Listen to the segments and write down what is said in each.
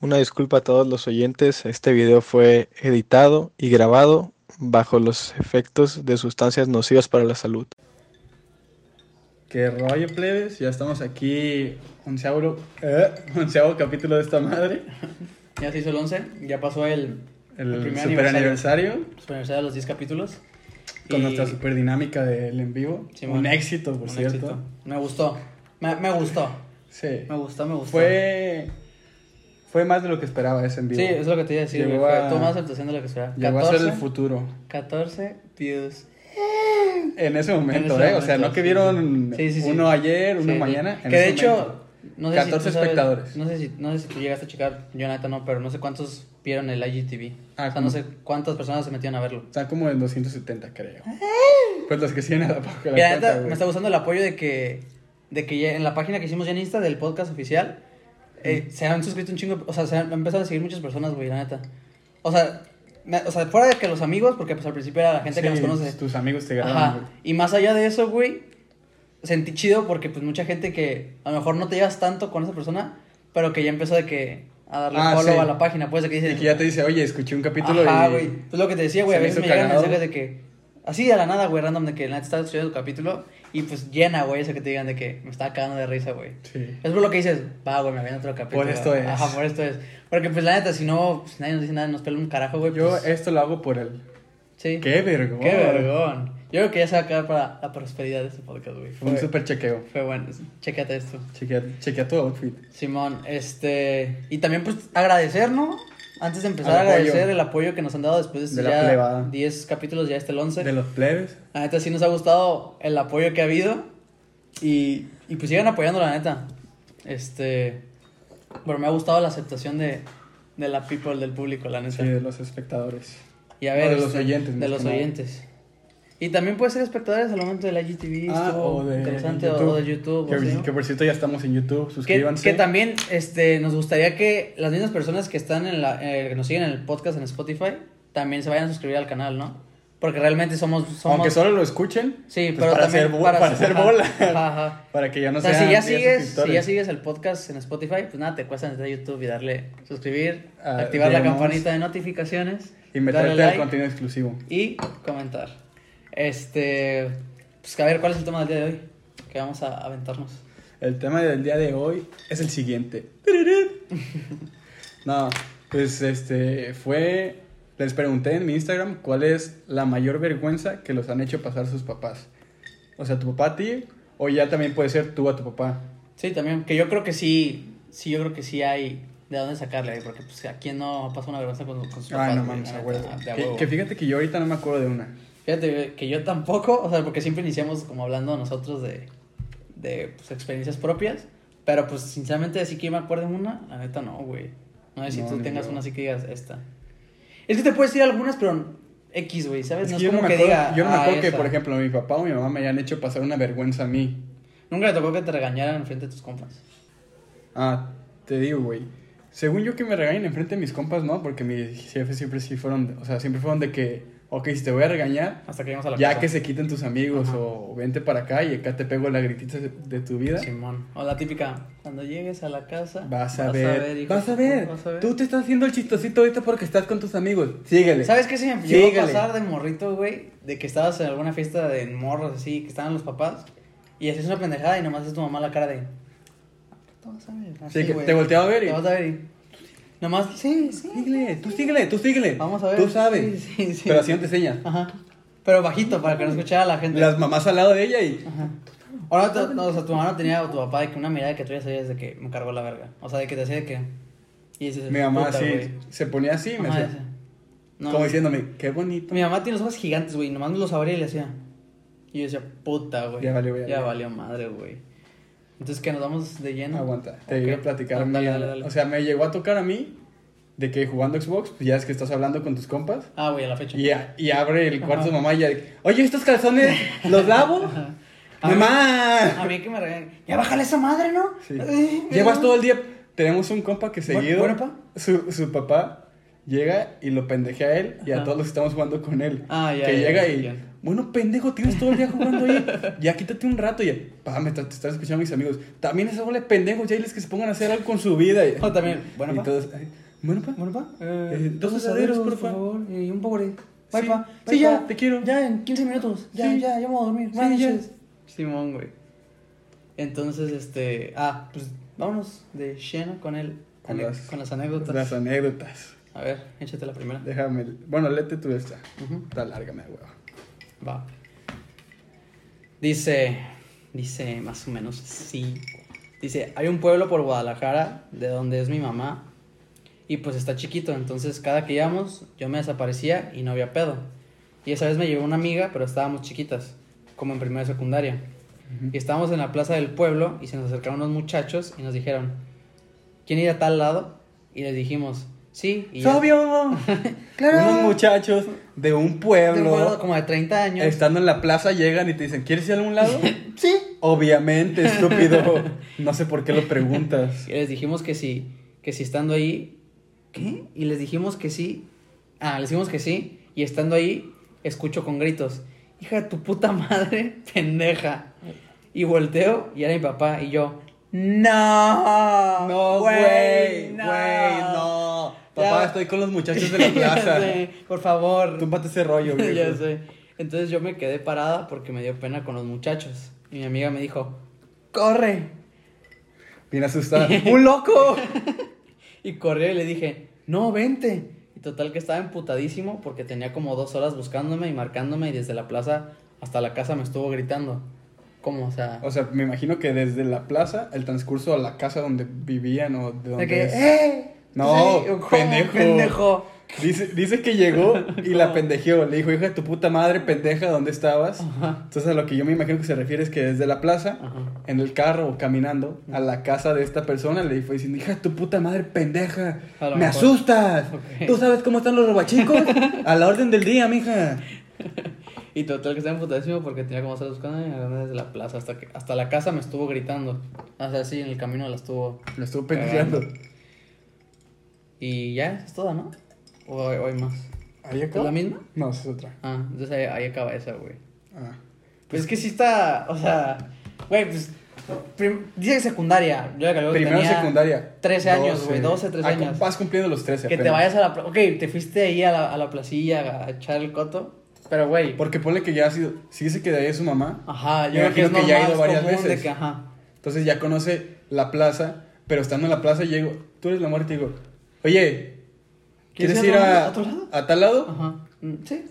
Una disculpa a todos los oyentes, este video fue editado y grabado bajo los efectos de sustancias nocivas para la salud. ¿Qué rollo, plebes? Ya estamos aquí, onceavo, eh, onceavo capítulo de esta madre. Ya se hizo el 11, ya pasó el, El, El primer super aniversario. aniversario. su aniversario de los 10 capítulos. Con Y- nuestra super dinámica del en vivo. Simón. un éxito, por un cierto. éxito. Me gustó, me, me gustó, Sí. me gustó, me gustó. Fue, fue más de lo que esperaba ese en vivo. Sí, es lo que te iba a decir, güey. Llegó Fue- a- Tuvo más aceptación de lo que esperaba. Llegó a ser 14, el futuro. 14 views. En ese momento, En ese ¿eh? O sea, momento, no que sí. vieron Sí, sí, sí. uno ayer, uno Sí, mañana. sí. en Que de ese hecho, momento. no sé 14 si tú sabes- espectadores. no, sé si, no sé si tú llegaste a checar, yo neta no, pero no sé cuántos vieron el IGTV. Ah, o sea, no ¿cómo? sé cuántas personas se metieron a verlo. Están como en 270, creo. Pues los que siguen a la página. Mira, neta, me está gustando el apoyo de que, de que ya en la página que hicimos ya en Insta del podcast oficial, eh, se han suscrito un chingo, o sea, se han empezado a seguir muchas personas, güey, la neta. O sea, me- o sea, fuera de que los amigos, porque pues al principio era la gente que nos conoce. Tus amigos te Ajá. graban. Y más allá de eso, güey, sentí chido porque pues mucha gente que a lo mejor no te llevas tanto con esa persona, pero que ya empezó de que a darle Ah, follow sí. a la página, pues de que güey. dice Y que ya te dice, oye, escuché un capítulo Ajá, y. güey. Pues lo que te decía, güey. se A me veces me hizo llegan cagado. mensajes de que. Así de la nada, güey, random, de que la neta está estudiando el capítulo. Y pues llena, güey, eso que te digan de que me estaba cagando de risa, güey. Sí. Es por lo que dices, va, güey, me viene otro capítulo. esto es. Ajá, por esto es. Porque pues la neta, si no, pues nadie nos dice nada, nos pela un carajo, güey. Yo pues, esto lo hago por él. sí. ¡Qué vergón! Qué vergón. Yo creo que ya se va a quedar para la prosperidad de este podcast, güey. Fue un Fue, super chequeo. fue bueno. Chécate esto. Chequea, chequea tu outfit. Simón, este. Y también, pues, agradecer, ¿no? Antes de empezar, Al agradecer apoyo. el apoyo que nos han dado después De de, la estos ya plebada. 10 capítulos, ya este el 11. De los plebes. La neta, sí nos ha gustado el apoyo que ha habido. Y, y pues sigan apoyando, la neta. Este. Pero me ha gustado la aceptación de, de la people, del público, la neta. Sí, de los espectadores. Y a No, ver. este, de los oyentes, De más los que nada. oyentes. Y también puede ser espectadores al momento de la GTV. Ah, o de interesante. YouTube. O de YouTube. o Que, así, ¿no? que por cierto ya estamos en YouTube. Que, Suscríbanse. que también este, nos gustaría que las mismas personas que están en la, eh, que nos siguen en el podcast en Spotify también se vayan a suscribir al canal, ¿no? Porque realmente somos. somos Aunque solo lo escuchen. Sí, pues, pero para también. hacer, bo- para hacer ajá, bola. ajá, ajá. Para que ya no o sea, sean si ya, 10 sigues, si suscriptores. ya sigues el podcast en Spotify, pues nada, te cuesta entrar a YouTube y darle suscribir, Ah, activar la digamos. campanita de notificaciones, Y darle meterte al like contenido exclusivo. y comentar. Este, pues a ver, ¿cuál es el tema del día de hoy? Que vamos a aventarnos. El tema del día de hoy es el siguiente. No, pues este fue. Les pregunté en mi Instagram cuál es la mayor vergüenza que los han hecho pasar sus papás. O sea, tu papá a ti, o ya también puede ser tú a tu papá. Sí, también, que yo creo que sí, sí, yo creo que sí hay de dónde sacarle, güey, porque pues a quién no pasa una vergüenza con, con sus papás. Ah, no güey, mames, la a neta, huevo. de a Que- huevo. Que fíjate que yo ahorita no me acuerdo de una. Fíjate güey, que yo tampoco, o sea, porque siempre iniciamos como hablando nosotros de, de pues, experiencias propias, pero pues sinceramente así que yo me acuerdo de una, la neta no, güey. No sé si No, tú ni tengas yo. una así que digas esta. Es que te puedes decir algunas, pero X, güey, ¿sabes? Es no que yo, es no como me que acuerdo, diga. yo no me "Ah, acuerdo que, esta". por ejemplo, mi papá o mi mamá me hayan hecho pasar una vergüenza a mí. Nunca le tocó que te regañaran enfrente de tus compas. Ah, te digo, güey. Según yo que me regañen enfrente de mis compas, no, porque mis jefes siempre sí fueron, o sea, siempre fueron de que, ok, si te voy a regañar, Hasta que íbamos a la ya casa. que se quiten tus amigos o vente para acá y acá te pego la gritita de- de tu vida. Simón. O la típica, cuando llegues a la casa. Vas a ver, hijo, vas a ver, vas a ver. tú te estás haciendo el chistosito ahorita porque estás con tus amigos. Síguele. ¿Sabes qué se me llegó a Sígale. pasar de morrito, güey? De que estabas en alguna fiesta de morros así, que estaban los papás, y haces una pendejada y nomás es tu mamá la cara de. "Tú vas a ver", así, que güey. te volteaba a ver y- Te vas a ver y. Nomás, sí, sí. Síguele, tú síguele, tú síguele. Vamos a ver. Tú sabes. Sí, sí, sí. Pero así no te enseñas. Ajá. Pero bajito para que no escuchara la gente. Las mamás al lado de ella y... Ajá. O, no, te- no, o sea, tu mamá no tenía o tu papá de que una mirada que tú ya sabías de que me cargó la verga. O sea, de que te hacía de que. Y dices, Mi mamá "Puta, así güey". se ponía así y me Ajá, hacía- ese. No, como no. diciéndome, qué bonito. Mi mamá tiene los ojos gigantes, güey. Nomás me los abría y le hacía. Y yo decía, puta, güey. Ya valió, güey, Ya ya. valió madre, güey. Entonces, que nos vamos de lleno. Aguanta, te Ok. voy a platicar. Ah, mi- dale, dale, dale. O sea, me llegó a tocar a mí de que jugando Xbox, pues ya es que estás hablando con tus compas. ah, güey, a la fecha. Y, a- y abre el cuarto Ajá. de mamá y ya, de- oye, estos calzones, ¿los lavo? A mí- ¡Mamá! A mí que me regañan. Ya bájale esa madre, ¿no? Sí. Eh, Llevas eh, todo el día. Tenemos un compa que Bu- seguido. bueno, pa. Su, su papá llega y lo pendejea a él y a Ajá. todos los que estamos jugando con él. Ah, ya, Que ya, llega ya, y, ya. bueno, pendejo, tienes todo el día jugando ahí. Ya quítate un rato y, pa, me está- te están escuchando mis amigos. También esa bola de pendejos, ya diles que se pongan a hacer algo con su vida. Y, O Ah, también, bueno, y pa. todos, ay, bueno, pa. Bueno, pa. Eh, dos asaderos, por favor. Eh, Y un poco de. Sí, Bye, pa. bye, Sí, ya. pa, te quiero. Ya en 15 minutos. Ya, Sí. ya, ya me voy a dormir. Sí, Buenas ya. noches. Simón, güey. Entonces, este. Ah, pues vámonos de lleno con él. Con ane- las- con las anécdotas. Las anécdotas. A ver, échate la primera. Déjame, bueno, léete tú esta. Ujú. Está larga, me da hueva. Va. Dice, dice más o menos, sí. Dice, hay un pueblo por Guadalajara, de donde es mi mamá, y pues está chiquito, entonces cada que íbamos yo me desaparecía y no había pedo. Y esa vez me llevó una amiga, pero estábamos chiquitas, como en primera y secundaria. Y estábamos en la plaza del pueblo y se nos acercaron unos muchachos y nos dijeron, ¿quién ir a tal lado? Y les dijimos, sí. Y ya. ¡Sabio! Claro. Unos muchachos de un De pueblo. un pueblo como de 30 años. Estando en la plaza llegan y te dicen, ¿quieres ir a algún lado? Sí. Obviamente, estúpido. No sé por qué lo preguntas. Y les dijimos que sí, que si estando ahí, ¿qué? Y les dijimos que sí. Ah, les dijimos que sí. Y estando ahí, escucho con gritos, hija de tu puta madre, pendeja. Y volteo y era mi papá y yo, no, Papá, Ya. estoy con los muchachos de la plaza. Ya sé, Por favor. Túmpate ese rollo, viejo. ya sé. Entonces yo me quedé parada porque me dio pena con los muchachos. Y mi amiga me dijo, corre. Bien asustada. ¡Un loco! y corrió y le dije, no, vente. Y total que estaba emputadísimo porque tenía como dos horas buscándome y marcándome y desde la plaza hasta la casa me estuvo gritando. ¿Cómo? O sea... O sea, me imagino que desde la plaza, el transcurso a la casa donde vivían o de donde de que, es. ¡eh! No, Entonces, ¿cómo, pendejo. pendejo? Dice, dice que llegó y la pendejeó. Le dijo, hija de tu puta madre, pendeja, ¿dónde estabas? Ajá. Entonces a lo que yo me imagino que se refiere es que desde la plaza, Ajá. en el carro o caminando, a la casa de esta persona le fue diciendo, hija de tu puta madre, pendeja, A lo me mejor. asustas. Ok. ¿Tú sabes cómo están los robachicos? a la orden del día, mija. Y total que estaba emputadísimo porque tenía como dos horas buscándome y me agarré desde la plaza hasta, que, hasta la casa me estuvo gritando. O sea, sí, en el camino la estuvo... Lo estuvo pendejeando. Y ya, eso es todo, ¿no? O, o hay más. ¿Ahí ¿Es la misma? No, esa es otra. Ah, entonces ahí, ahí acaba esa, güey. Ah. Pues es que sí está, o sea, güey, pues, prim- dice secundaria, yo le calculo que Primero tenía secundaria. 13 años, güey, 12, 13 Ah, años. Vas cumpliendo los 13. Que te apenas. vayas a la, pla- ok, te fuiste ahí a la, a la placilla a echar el coto, pero güey, Porque ponle que ya ha sido, si dice que de ahí es su mamá, ajá, yo me creo que es imagino que ya ha normal, ido es varias común de veces. que, ajá, Entonces ya conoce la plaza, pero estando en la plaza llego, tú eres la muerte y digo, oye, ¿quieres ir a, a otro lado? a tal lado? ajá, mm, sí.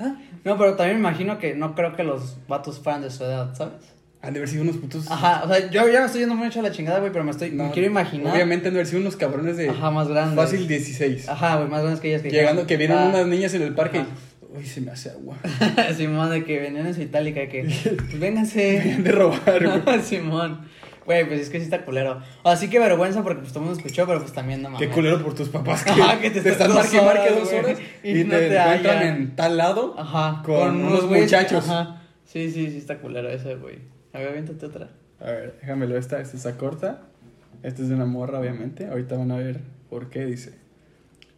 Ah, No, pero también me imagino que no creo que los vatos fueran de su edad, ¿sabes? han de haber sido unos putos... Ajá, o sea, yo ya me estoy yendo mucho a la chingada, güey, pero me estoy, me no, quiero imaginar. Obviamente han de haber sido unos cabrones de... Ajá, más grandes. Fácil 16. Ajá, güey, más grandes que ellas que Llegando, que vieron Ah. unas niñas en el parque Ajá. y... Uy, se me hace agua. Simón, de que venían en su itálica, de que pues, vénganse. Deberían de robar, güey. Simón. Güey, pues es que sí está culero. Así que vergüenza porque pues todo el mundo escuchó, pero pues también no mames. Qué culero por tus papás que, Ajá, que te están están dos marque y marque horas, dos güey, horas y y, no te, te encuentran hallan. en tal lado Ajá. con, unos güeyes- muchachos. Ajá. Sí, sí, sí está culero ese, güey. A ver, aviéntate otra. A ver, déjamelo esta, esta está corta. Esta es de una morra, obviamente. Ahorita van a ver por qué dice.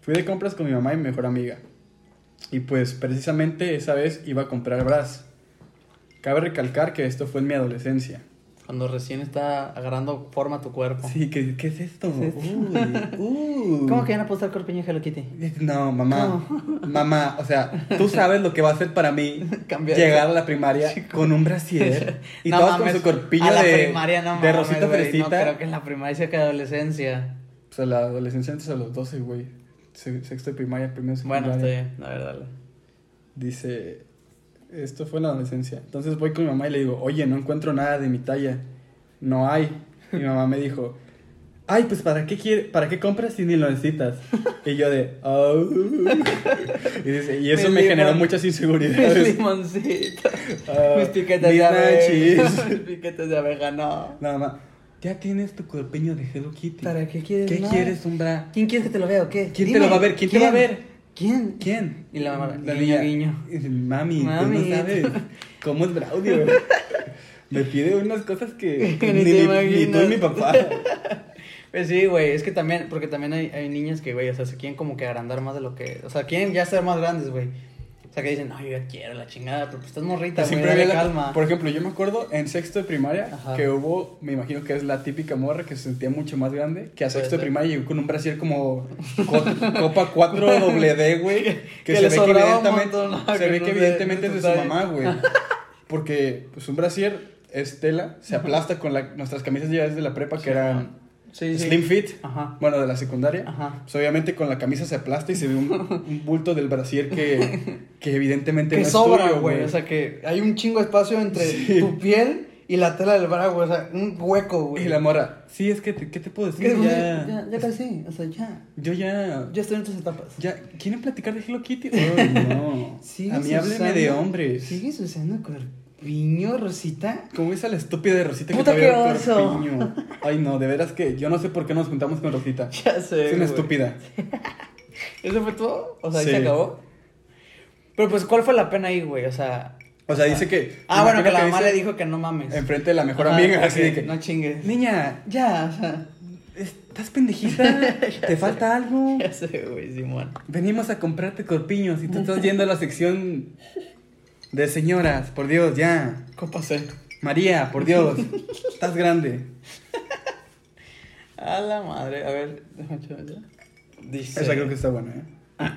Fui de compras con mi mamá y mi mejor amiga. Y pues precisamente esa vez iba a comprar bras. Cabe recalcar que esto fue en mi adolescencia. Cuando recién está agarrando forma tu cuerpo. Sí, ¿qué, qué es esto? es Uy, uy. ¿Cómo que ya no puedo estar corpiño Hello Kitty? No, mamá. Mamá, o sea, tú sabes lo que va a ser para mí Cambiar. llegar a la primaria con un brasier y No todos mames, con su corpillo a la de, primaria, no de mames, rosita güey, fresita. No, creo que en la primaria sea que adolescencia. Pues a la adolescencia antes a los 12, güey. Se- Sexto de primaria, primero de Bueno, secundaria. está bien. A ver, dale. Dice, esto fue en la adolescencia. Entonces voy con mi mamá y le digo, oye, no encuentro nada de mi talla. No hay. Mi mamá me dijo, ay, pues ¿para qué, quiere, ¿para qué compras si ni lo necesitas? Y yo de, oh. Y, dice, y eso Mis me generó limón- muchas Mis inseguridades. limoncitos. Ah, Mis piquetes mis de abeja. nachis. Mis piquetes de abeja, no. Nada más. Ya tienes tu corpiño de Hello Kitty. ¿Para qué quieres ¿Qué más? quieres, Umbra? ¿Quién quieres que te lo vea o qué? ¿Quién te lo va a ver? ¿Quién te va a ver? ¿Quién? ¿Quién? Y la mamá, La guiño, niña. guiño. Y dice, Mami, tú Mami. no sabes cómo es Braudio. Me pide unas cosas que Que ni, ni te ni- ni tú imaginas. ni mi papá. Pues sí, güey, es que también, porque también hay, hay niñas que, güey, o sea, se quieren como que agrandar más de lo que, o sea, quieren ya ser más grandes, güey. O sea, que dicen, no, yo ya quiero la chingada, pero pues estás morrita, güey, Siempre había dale la- calma. Por ejemplo, yo me acuerdo en sexto de primaria Ajá. que hubo, me imagino que es la típica morra que se sentía mucho más grande, que a Puede sexto de ser. primaria llegó con un brasier como co- copa 4 doble D, güey, que, Que se le ve que sobraba un evidentemente, montón, ¿no? se ve Que que no sé, evidentemente es de su detalle. mamá, güey. Porque pues un brasier es tela, se aplasta con la- nuestras camisas ya desde la prepa que eran Sí, sí. slim fit, Ajá. bueno, de la secundaria. Ajá. Pues obviamente con la camisa se aplasta y se ve un, un bulto del brasier que, que evidentemente Que no es sobra, tuyo, güey. O sea, que hay un chingo de espacio entre tu piel y la tela del bra, güey. O sea, un hueco, güey. Y la morra, Pues, sí, es que, te- ¿qué te puedo decir? Que- ya, ya, ya casi, o sea, ya. Yo ya, Ya estoy en otras etapas. ya, ¿quieren platicar de Hello Kitty? Ay, no, Sigues a mí hábleme usando- de hombres. ¿Sigues usando corpiño, Rosita? Como esa la estúpida de Rosita Puta, que te qué oso. corpiño. Ay, no, de veras que yo no sé por qué nos juntamos con Rosita. Ya sé. es una güey. estúpida. ¿Eso fue todo? O sea, ahí Sí. se acabó. Pero pues, ¿cuál fue la pena ahí, güey? O sea. O sea, dice que. Ah, bueno, que la imagino mamá dice le dijo que no mames. Enfrente de la mejor Ajá, amiga, así que de que. No chingues. Niña, Ya, o sea. estás pendejita, te falta algo. Ya sé, güey, Simón. Venimos a comprarte corpiños y tú estás yendo a la sección de señoras, por Dios, ya. ¿Cómo pasé? María, por Dios, estás grande. A la madre. A ver, déjame echar ya. Dice. Esa creo que está buena, ¿eh?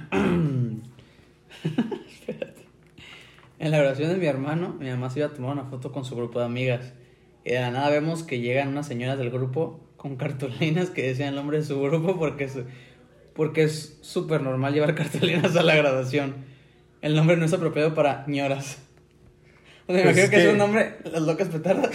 En la grabación de mi hermano, mi mamá se iba a tomar una foto con su grupo de amigas. Y de la nada vemos que llegan unas señoras del grupo con cartulinas que decían el nombre de su grupo porque es porque es súper normal llevar cartulinas a la graduación. El nombre no es apropiado para ñoras. O sea, me Pues imagino es que es que- un nombre, las locas petardas.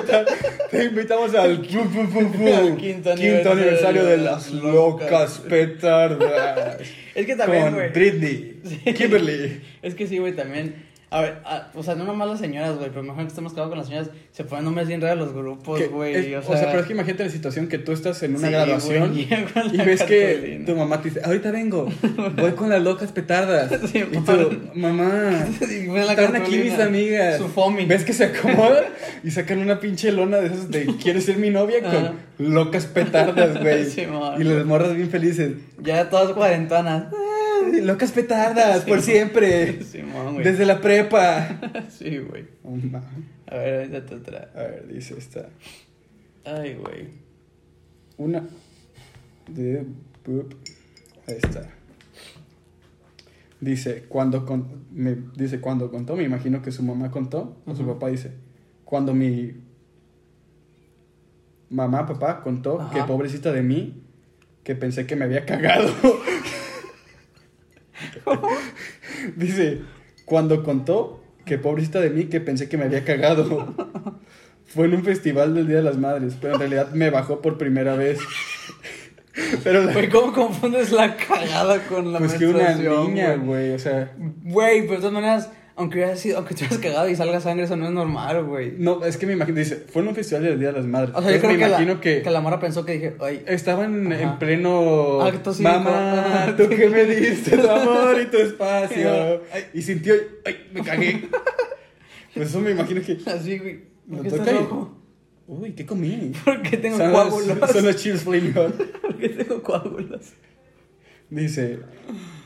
Te invitamos al, fu, fu, fu, fu, Al quinto aniversario aniversario de las de las locas locas. petardas. Es que también, Con güey. Britney, Sí. Kimberly. Es que sí, güey, también. A ver, a- o sea, no nomás las señoras, güey, pero mejor que estemos claros con las señoras. Se ponen nombres bien raros los grupos, Que Pues, güey. es- O, sea, pero es que imagínate la situación que tú estás en una Sí, graduación güey, con y la ves que cartulina. tu mamá te dice, ahorita vengo, voy con las locas petardas. Sí, y mamá. tú, mamá, Y ponen la están aquí mis cartulina, amigas. Su foaming. Ves que se acomodan y sacan una pinche lona de esas de ¿Quieres ser mi novia? Ajá. Con locas petardas, güey. Sí, mamá. y las morras bien felices. Ya todas cuarentonas. "Ay, Locas petardas, por siempre. Simón, güey. Desde la prepa. Sí, güey. Oh, ma. A ver, ahorita te otra. A ver, dice esta. Ay, güey. Una de boop. Ahí está. Dice, cuando con- me dice cuando contó, me imagino que su mamá contó o su Ujú. papá dice, cuando mi mamá, papá contó Ajá. que pobrecita de mí que pensé que me había cagado. dice, cuando contó que pobrecita de mí que pensé que me había cagado. Fue en un festival del Día de las Madres, pero en realidad me bajó por primera vez. Pero la- Güey, ¿cómo confundes la cagada con la pues que una menstruación, niña, güey, o sea, Güey, pero de todas maneras, aunque hubieras sido, aunque te hubieras cagado y salga sangre, eso no es normal, güey. no, es que me imagino dice, fue en un festival del Día de las Madres. O sea, yo Entonces, creo me que imagino la, que, que... la mora pensó que dije, ay, estaban Ajá. en pleno Acto cívico. Mamá, Ajá. tú que me diste tu amor y tu espacio. Ay. y sintió, ay, me cagué. Pues eso me imagino que, así, güey. Me ¿Por qué estás toca y- rojo? uy, ¿qué comí? ¿Por qué tengo Son los- coágulos? Son los chips Flaming Hot. ¿Por qué tengo coágulos? Dice,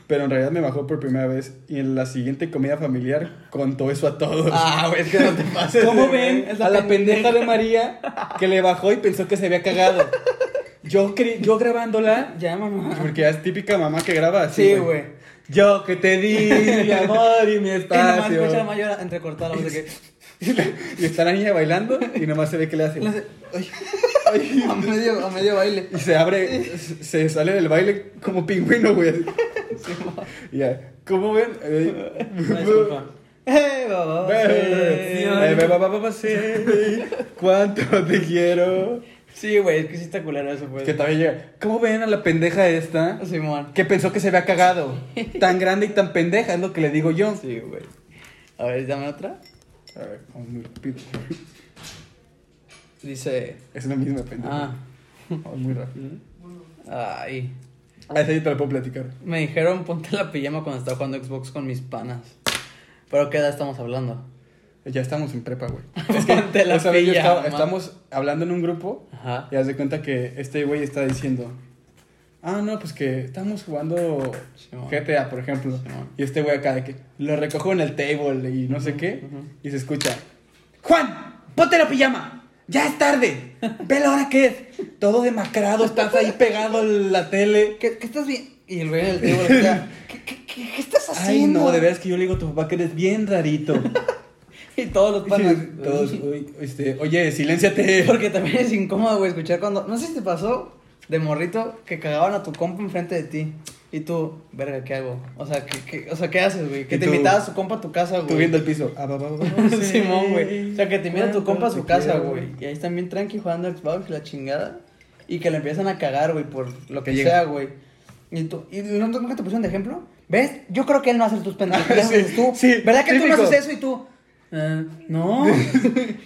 pero en realidad me bajó por primera vez y en la siguiente comida familiar contó eso a todos. Ah, güey, es que no te pases. ¿Cómo de ven ver- a la pendeja de María que le bajó y pensó que se había cagado? Yo, cre- yo grabándola, Ya, mamá. porque es típica mamá que graba así. Sí, güey. Yo que te di mi amor y mi Y nomás espacio. escucha la mayor entrecortada la voz de que. Y, la- y está la niña bailando y nomás se ve que le hace. le hace, "Ay", Ay, a medio, a medio baile. y se abre, se sale del baile como pingüino, güey. así. Ya, ¿cómo ven? Eh, Hey, babá. Eh, va, va, va, va, sí. ¿Cuánto te quiero? Sí, güey, es que sí está culero eso, pues. Que también llega. ¿Cómo ven a la pendeja esta? Simón. Que pensó que se había cagado. Tan grande y tan pendeja, es lo que le digo yo. Sí, güey. A ver, dame otra. A ver, vamos muy rápido. Dice. Es la misma pendeja. Ah, Vamos muy rápido. ay. A esa yo te la puedo platicar. Me dijeron ponte la pijama cuando estaba jugando Xbox con mis panas. Pero qué edad estamos hablando. Ya estamos en prepa, güey. Es que Te la Esa vez yo pilla, estaba- mamá. estamos hablando en un grupo Ajá. y haz de cuenta que este güey está diciendo, ah, no, pues que estamos jugando Simón. GTA, por ejemplo. Simón. Y este güey acá de que lo recojo en el table y no sé qué. Y se escucha, Juan, ponte la pijama. Ya es tarde. Ve la hora que es. Todo demacrado, estás ahí pegado a la tele. ¿Qué, qué estás bien? Y el güey en el table, o sea, ¿qué, qué, qué, qué estás Ay, haciendo? no, de veras que yo le digo a tu papá que eres bien rarito. Y todos los panas. Todos, uy, este, oye, silénciate. Porque también es incómodo, güey, escuchar cuando. No sé si te pasó de morrito que cagaban a tu compa enfrente de ti. Y tú, verga, ¿qué hago? O sea, ¿qué, qué- o sea, ¿qué haces, güey? Que Y te tú- invitaba a su compa a tu casa, güey. Tú viendo el piso. Ah, va, va, va, sí. Simón, güey. O sea, que te invita Cuánto tu compa a te su casa, quiero. güey. Y ahí están bien tranqui jugando a Xbox y la chingada. Y que le empiezan a cagar, güey, por lo que Que llega. sea, güey. Y tú, ¿y no nunca te pusieron de ejemplo? ¿Ves? Yo creo que él no hace tus pendejadas, Sí, haces tú. sí, ¿Verdad que tú típico. no haces eso y tú? "Eh, no.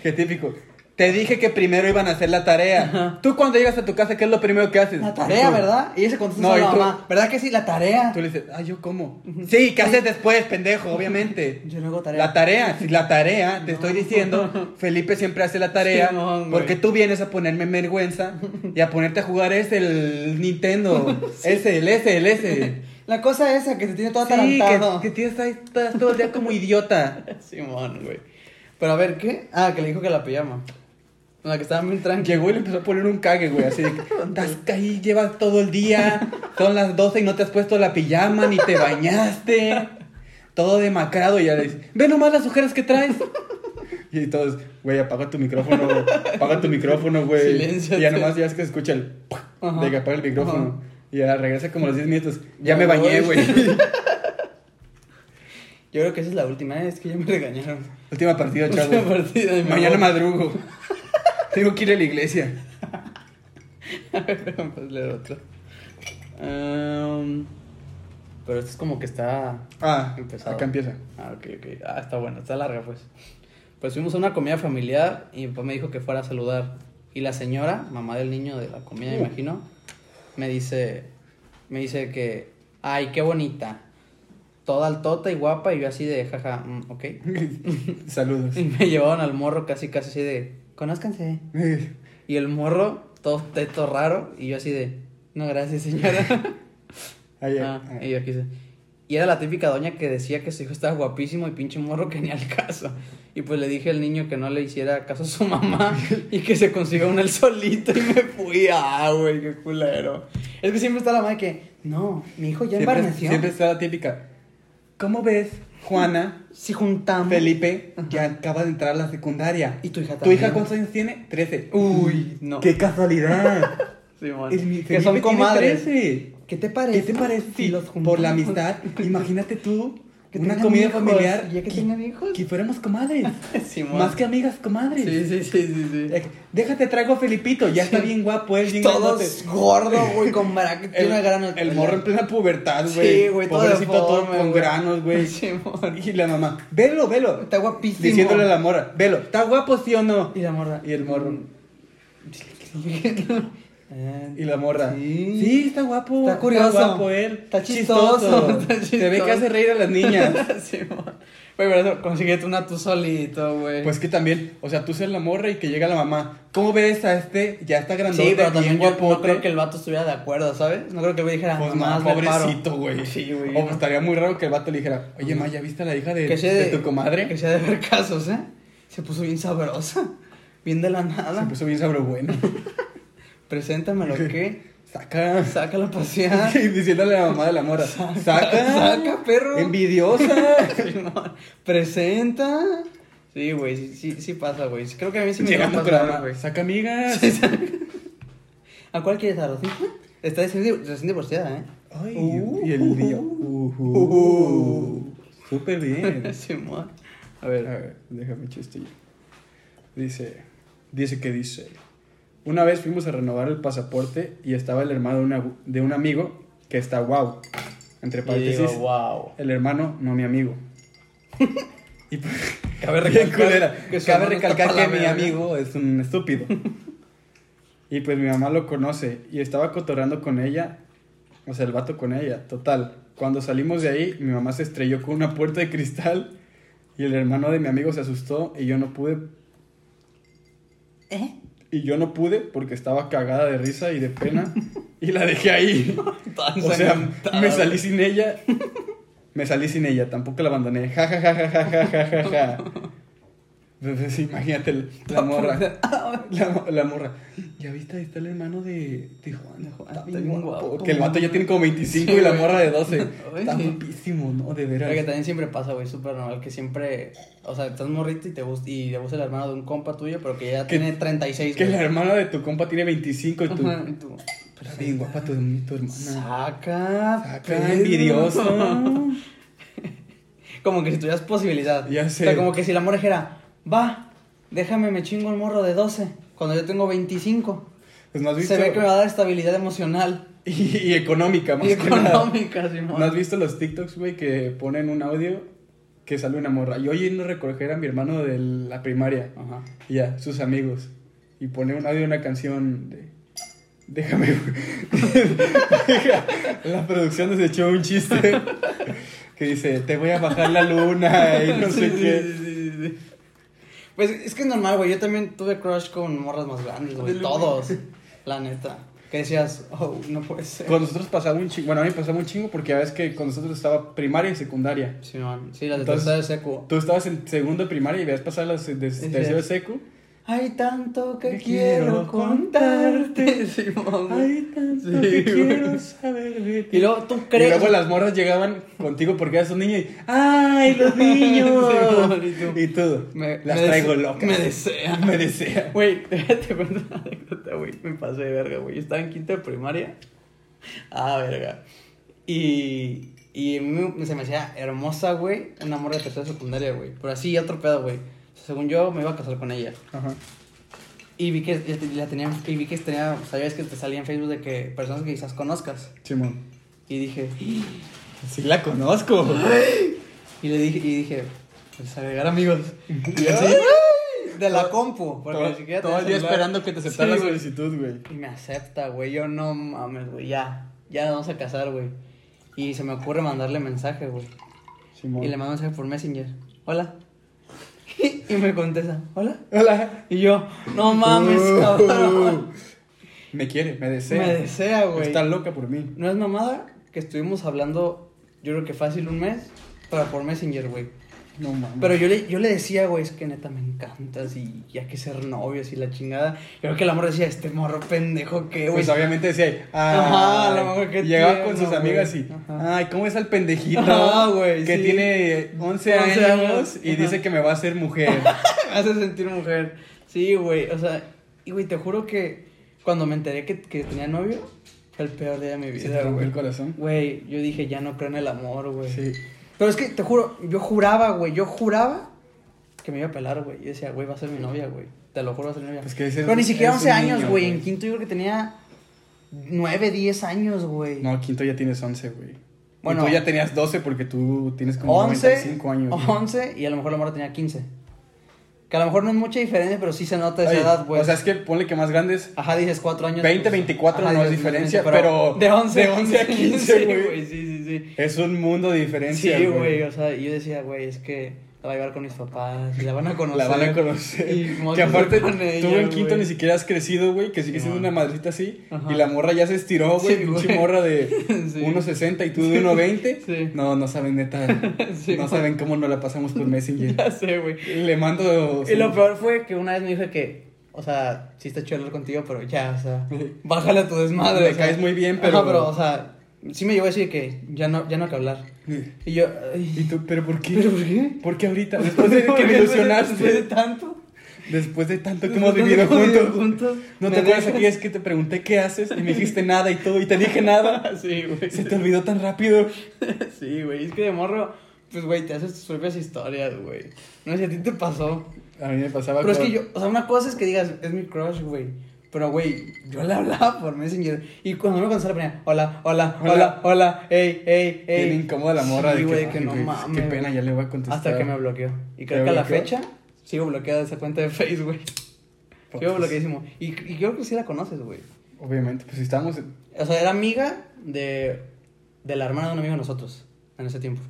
Qué típico. Te dije que primero iban a hacer la tarea. Tú cuando llegas a tu casa, ¿qué es lo primero que haces? La tarea, ¿verdad? Y ella se contesta No, a y la tú- mamá. ¿Verdad que sí? La tarea. Tú le dices, ah, yo como. Sí, ¿qué haces después, pendejo? Obviamente. Yo no hago tarea. La tarea, sí, la tarea, te estoy diciendo, Felipe siempre hace la tarea, Simón, güey. porque tú vienes a ponerme en vergüenza y a ponerte a jugar es el Nintendo, ese, el ese, el ese. La cosa esa que te tiene todo Sí, atarantado. que, que tienes ahí, estás todo el día como idiota. Simón, güey. Pero a ver, ¿qué? Ah, que le dijo que la pijama. La que estaban bien tranqui. Llegó y le empezó a poner un cague, güey, así de que estás ahí, llevas todo el día, son las 12 y no te has puesto la pijama, ni te bañaste, todo demacrado y ya le dices, ve nomás las ojeras que traes. Y todos, güey, apaga tu micrófono, güey, apaga tu micrófono, güey. Silénciate. Y ya nomás ya es que se escucha el ¡pac! Ajá. de que apaga el micrófono. Y ya regresa como a los 10 minutos, ya Ya me voy". bañé, güey. Yo creo que esa es la última vez que ya me regañaron. Última partida, chavo. Última partida de mi Mañana amor. madrugo. Tengo que ir a la iglesia. A ver, vamos a leer Pues otro. Em, pero esto es como que está. Ah, Empezado. acá empieza. Ah, ok, ok. Ah, está bueno, está larga, pues. Pues fuimos a una comida familiar y mi papá me dijo que fuera a saludar. Y la señora, mamá del niño de la comida, me Uh. imagino, me dice, me dice que, ay, qué bonita. Toda altota y guapa y yo así de, jaja, mm, ok. Saludos. Y me llevaban al morro casi, casi así de, conózcanse. Y el morro, todo teto raro, y yo así de, no, gracias, señora. Ahí, Ah, ah. y yo aquí se- Y era la típica doña que decía que su hijo estaba guapísimo y pinche morro que ni al caso. Y pues le dije al niño que no le hiciera caso a su mamá y que se consiguió un él solito y me fui. Ah, güey, qué culero. Es que siempre está la madre que, no, mi hijo ya Siempre, embarneció. siempre está la típica. ¿Cómo ves, Juana, Si juntamos. Felipe, que acaba de entrar a la secundaria? Y tu hija ¿Tu también. hija cuántos años tiene? 13. Uy, no. ¡Qué casualidad! Sí, mon. Es mi- que Felipe son tiene comadres. 13. ¿Qué te parece? ¿Qué te parece si los por la juntamos? amistad? Imagínate tú Que una tengan comida hijos, familiar y ya que tengan hijos. que fuéramos comadres. Sí, mon. Más que amigas, comadres. Sí, sí, sí, sí. sí. Eh, Déjate traigo a Felipito, ya está Sí. bien guapo, él bien Todo grandote. es gordo, güey, con bracket. El, Tiene una gran el morro en plena pubertad, güey. Sí, güey, todo Pobrecito todo deforme, con güey. granos, güey. Sí, mon. Y la mamá, velo, velo. Está guapísimo. Diciéndole a la morra, velo, ¿está guapo sí o no? Y la morra. Y el morro. Eh, Y la morra. Sí. está guapo. Está curioso. Está guapo él. Está chistoso, está Te ve chistoso. que hace reír a las niñas. sí, mon. Güey, pero eso, consíguete una tú solito, güey. Pues que también, o sea, tú ser la morra y que llega la mamá. ¿Cómo ves a este? Ya está grandote, sí, pero bien también yo no guapote. creo que el vato estuviera de acuerdo, ¿sabes? No creo que el güey dijera, Pues "Nomás no, le paro". pobrecito, güey. Sí, güey. O pues, ¿no? estaría muy raro que el vato le dijera, oye, ma, ¿ya viste a la hija de, Que sea de de- tu comadre? Que sea de ver casos, ¿eh? Se puso bien sabrosa. Bien de la Se nada. puso bien sabro bueno. Preséntamelo, ¿qué? Saca. Sácalo a pasear. Y diciéndole a la mamá de la morra, saca. Saca, perro. Envidiosa. Simón, Presenta. Sí, güey, sí, sí, sí pasa, güey. Creo que a mí sí me llegó a Llegando con la pasar, mamá, güey. saca amigas. Sí, sí. ¿A cuál quieres a Rosita? Está recién, recién divorciada, ¿eh? Ay, Uh. y el niño. Uh. Súper bien. Simón. A ver, a ver, déjame chistillo. Dice, dice que dice. Una vez fuimos a renovar el pasaporte y estaba el hermano de, una- de un amigo que está guau. Entre paréntesis, wow. el hermano, no mi amigo. y pues, Cabe Bien recalcar culera. que su Cabe hermano recalcar está pa' que la mi verga. amigo es un estúpido. y pues mi mamá lo conoce y estaba cotorrando con ella, o sea, el vato con ella, total. Cuando salimos de ahí, mi mamá se estrelló con una puerta de cristal Y el hermano de mi amigo se asustó y yo no pude. ¿Eh? Y yo no pude porque estaba cagada de risa y de pena. y la dejé ahí. O sea, me salí sin ella. Me salí sin ella, tampoco la abandoné. Ja, ja, ja, ja, ja, ja, ja, ja, ja. Entonces, imagínate la- la morra. La, la morra. Ya viste, ahí está el hermano de, de Juan. De Juan Está bien bien guapo. guapo, Que el vato ya tiene como 25 Sí, y la güey. morra de 12. Ay, Está sí. guapísimo, ¿no? De veras. que también siempre pasa, güey, súper normal, que siempre, o sea, estás morrito y te gusta, y te gusta el hermano de un compa tuyo, pero que ya Que- tiene 36, Que güey. la hermana de tu compa tiene 25 y tú. Ajá, y tú, Pero está bien guapa tu, tu hermana. Saca, Saca, pedo. envidioso. Como que si tuvieras posibilidad. Ya sé. O sea, como que si la morra dijera, va, déjame, me chingo el morro de 12, cuando yo tengo 25. Pues no has visto. Se ve que me va a dar estabilidad emocional Y, y económica, más y que nada. económica, Simón. ¿No has visto los TikToks, güey, que ponen un audio que sale una morra? Yo yendo a recoger a mi hermano de la primaria. Ajá. Y ya, sus amigos. Y pone un audio, una canción de. Déjame. la producción desechó un chiste que dice: Te voy a bajar la luna y no Sí, sé sí, qué. sí, sí, sí. Pues es que es normal, güey. Yo también tuve crush con morras más grandes, güey. Todos. La neta. Que decías, oh, no puede ser. Con nosotros pasaba un chingo. Bueno, a mí me pasaba un chingo porque ya ves que con nosotros estaba primaria y secundaria. Sí, man. Sí, la de Entonces- tercera de secu. Tú estabas en segundo de primaria y veías pasar las de, de Sí, sí. tercero de secu. Hay tanto que Te quiero quiero contarte, Simón. güey. Ay, tanto que Sí, güey. quiero saber de ti. Y luego tú Y crees. luego las morras llegaban contigo porque eras un niño y ¡Ay, los niños! Sí, bonito. y todo. Me- las me traigo dese- locas. Me desea. Me desea. Güey, te cuento una anécdota, güey. Me pasé de verga, güey. Yo estaba en quinto de primaria. Ah, verga. Y, y a mí me- se me hacía hermosa, güey, una morra de tercera secundaria, güey. Pero así, otro pedo, güey. O sea, según yo, me iba a casar con ella. Ajá. Y vi que ya te- la tenía, y vi que tenía, o sea, ya ves que te salía en Facebook de que personas que quizás conozcas. Simón. Y dije, Sí la conozco. y le dije, y dije, pues agregar amigos. Y así, de la compu. Porque todo ni siquiera todo el tenía día celular. esperando que te aceptara Sí, la güey. solicitud, güey. Y me acepta, güey. Yo no mames, güey. Ya, ya nos vamos a casar, güey. Y se me ocurre mandarle mensaje, güey. Simón. Y le mando mensaje por Messenger. Hola. Y me contesta, hola. Hola. Y yo, no mames, Uh, cabrón. Me quiere, me desea. Me desea, güey. Está loca por mí. No es mamada que estuvimos hablando, yo creo que fácil un mes, para por Messenger, güey. No mames. Pero yo le, yo le decía, güey, es que neta me encantas y ya que ser novios y la chingada. Yo creo que el amor decía, este morro pendejo que, güey. Pues obviamente decía, Ajá, ah, la mamá que llegaba tierno, con sus amigas y, güey. Ajá. ay, ¿cómo es el pendejito? Ajá, güey, Que sí. tiene 11 años, 11 años, y ajá. dice que me va a hacer mujer. Me hace sentir mujer. Sí, güey. O sea, y güey, te juro que cuando me enteré que, que tenía novio, fue el peor día de mi Se te vida, rompió güey. el corazón. Güey, yo dije, ya no creo en el amor, güey. Sí. Pero es que te juro, yo juraba, güey, yo juraba que me iba a pelar, güey. Yo decía, güey, va a ser mi novia, güey. Te lo juro, va a ser mi novia. Pues que ese Pero ni es- siquiera es 11 un años, niño, güey. güey. En quinto yo creo que tenía 9, 10 años, güey. No, quinto ya tienes 11, güey. Bueno. Bueno. tú ya tenías 12 porque tú tienes como 11, 95 años. güey. 11 y a lo mejor la morra tenía 15. Que a lo mejor no es mucha diferencia, pero sí se nota esa Ay, edad, güey. O sea, es que ponle que más grandes. Ajá, dices 4 años. 20, pues, 24 no es dices, diferencia, 20, pero De 11, de 11 a 15, güey. Sí, sí, sí. Es un mundo de diferencia. Sí, güey, o sea, yo decía, güey, es que la va a llevar con mis papás, y la van a conocer. La van a conocer. Y vamos que a aparte, estar tú con ella, en quinto güey. ni siquiera has crecido, güey. Que sigues Sí, siendo man. una madrecita así. Ajá. Y la morra ya se estiró, güey. Sí, pinche güey. morra de Sí. 1.60 y tú de 1.20. Sí. No, no saben, neta. Sí, no man. saben cómo no la pasamos por Messenger. Ya sé, güey. Le mando. Y lo peor fue que una vez me dijo que, o sea, sí está chido hablar contigo, pero ya, o sea, bájale a tu desmadre. Me o sea. caes muy bien, pero- Ajá, pero, o sea, sí me llevó a decir que ya no, ya no hay que hablar. Y yo, ay, ¿Y tú? ¿Pero por qué? ¿pero por qué? ¿Por qué ahorita? Después de que Porque me Después de ilusionaste. tanto. Después de tanto que Después hemos de vivido que hemos vivido juntos. juntos, No me te acuerdas dejas. aquí es que te pregunté qué haces y me dijiste nada y todo y te dije nada. Ah, Sí, güey. Se te olvidó tan rápido. Sí, güey, es que de morro, pues, güey, te haces tus propias historias, güey. No sé si a ti te pasó. A mí me pasaba Pero es con- que yo, o sea, una cosa es que digas, es mi crush, güey. Pero, güey, yo le hablaba por Messenger. Y cuando me contestaba, le ponía, hola, hola, hola, Hola. hola, ey, ey, ey. Bien incómoda la morra Sí, de que, güey, que, ay, no güey, mames. qué pena, güey. ya le voy a contestar. Hasta que me bloqueó. Y creo ¿Te que a la bloqueó? fecha sigo bloqueada de esa cuenta de Facebook, güey. Pues, Sigo bloqueadísimo. Y, y creo que sí la conoces, güey. Obviamente, pues si estábamos. en- O sea, era amiga de, de la hermana de un amigo de nosotros en ese tiempo.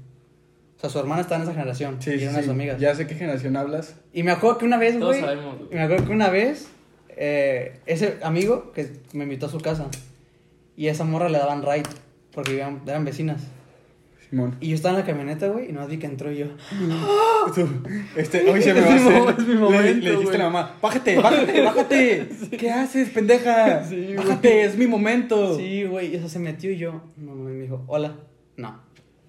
O sea, su hermana está en esa generación. Sí, y sí, eran unas sí. amigas. Ya sé qué generación hablas. Y me acuerdo que una vez, Todos güey. sabemos, güey. Me acuerdo que una vez, eh, ese amigo que me invitó a su casa. Y a esa morra le daban right. Porque vivían- eran vecinas. Simón. Y yo estaba en la camioneta, güey. Y no vi que entró y yo. Tú, este, hoy se me Es va a mi mo- hacer. es mi Le- momento, le, dijiste güey. a la mamá, bájate, bájate, bájate. ¿Qué haces, pendeja? Sí, güey. bájate, es mi momento. Sí, güey. Y eso se metió y yo. No, no, y me dijo, hola. No,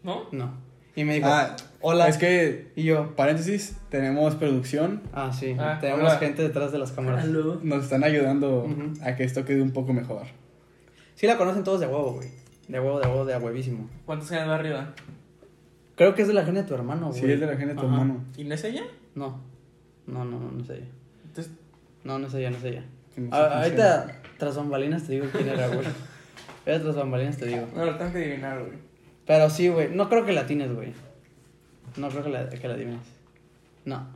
¿No? no. Y me dijo, Ah, hola. Es que, Y yo. paréntesis, tenemos producción. Ah, sí. Ah, Tenemos hola. gente detrás de las cámaras. Aló. Nos están ayudando Ujú. a que esto quede un poco mejor. Sí la conocen todos de huevo, güey. De huevo, de huevo, de a huevísimo. ¿Cuántos años va arriba? Creo que es de la gente de tu hermano, Ah, güey. Sí, es de la gente de tu Ajá. hermano. ¿Y no es ella? No. No, no, no, no es ella. Entonces, No, no es ella, no es ella. Que no sé A- quién Ah, ahorita, tras bambalinas te digo quién era, güey. Ahorita tras bambalinas te digo. no lo tengo que adivinar, güey. Pero sí, güey. No creo que la atines, güey. No creo que la, que la adivines. No.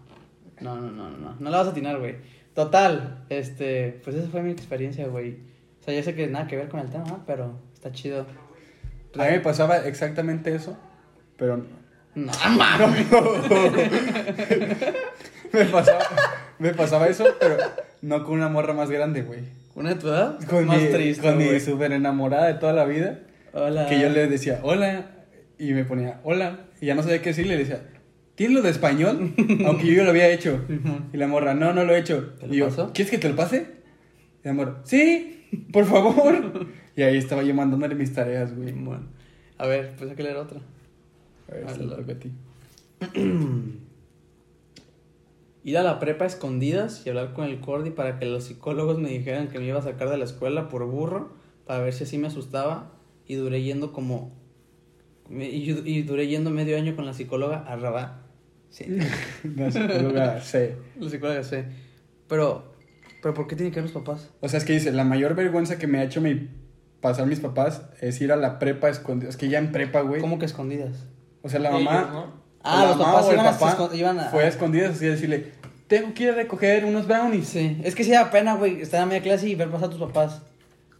No, no, no, no, no. No la vas a atinar, güey. Total, este, pues esa fue mi experiencia, güey. O sea, yo sé que nada que ver con el tema, ¿no? pero está chido. A mí me pasaba exactamente eso, pero no. No, mano. me pasaba, me pasaba eso, pero no con una morra más grande, güey. ¿Una de tu edad? Con Más mi, triste, con mi güey. Ah. súper enamorada de toda la vida, Hola. que yo le decía hola y me ponía hola y ya no sabía qué decir, le decía, ¿tienes lo de español? Aunque yo ya lo había hecho. Y la morra, no, no lo he hecho. ¿Te lo y yo, paso? ¿quieres que te lo pase? Y la morra, sí, por favor. y ahí estaba yo mandándole mis tareas, güey. Bueno, a ver, pues hay que leer otra. A ver, Ah, se lo la- toca a ti. Ir a la prepa a escondidas y hablar con el Cordy para que los psicólogos me dijeran que me iba a sacar de la escuela por burro para ver si así me asustaba y duré yendo como... me- Y, yo- y duré yendo medio año con la psicóloga a Rabá. Sí, Mm. La psicóloga, sí. la psicóloga sé. Pero, pero ¿por qué tienen que ver los papás? O sea, es que dice, la mayor vergüenza que me ha hecho mi pasar mis papás es ir a la prepa escondido. Es que ya en prepa, güey. ¿Cómo que escondidas? O sea, la Ellos, mamá. ¿no? Ah, la los mamá papás o el iban a- papá se escon- iban a- Fue a escondidas así a decirle, tengo que ir a recoger unos brownies. Sí, es que sí da pena, güey, estar en media clase y ver pasar a tus papás.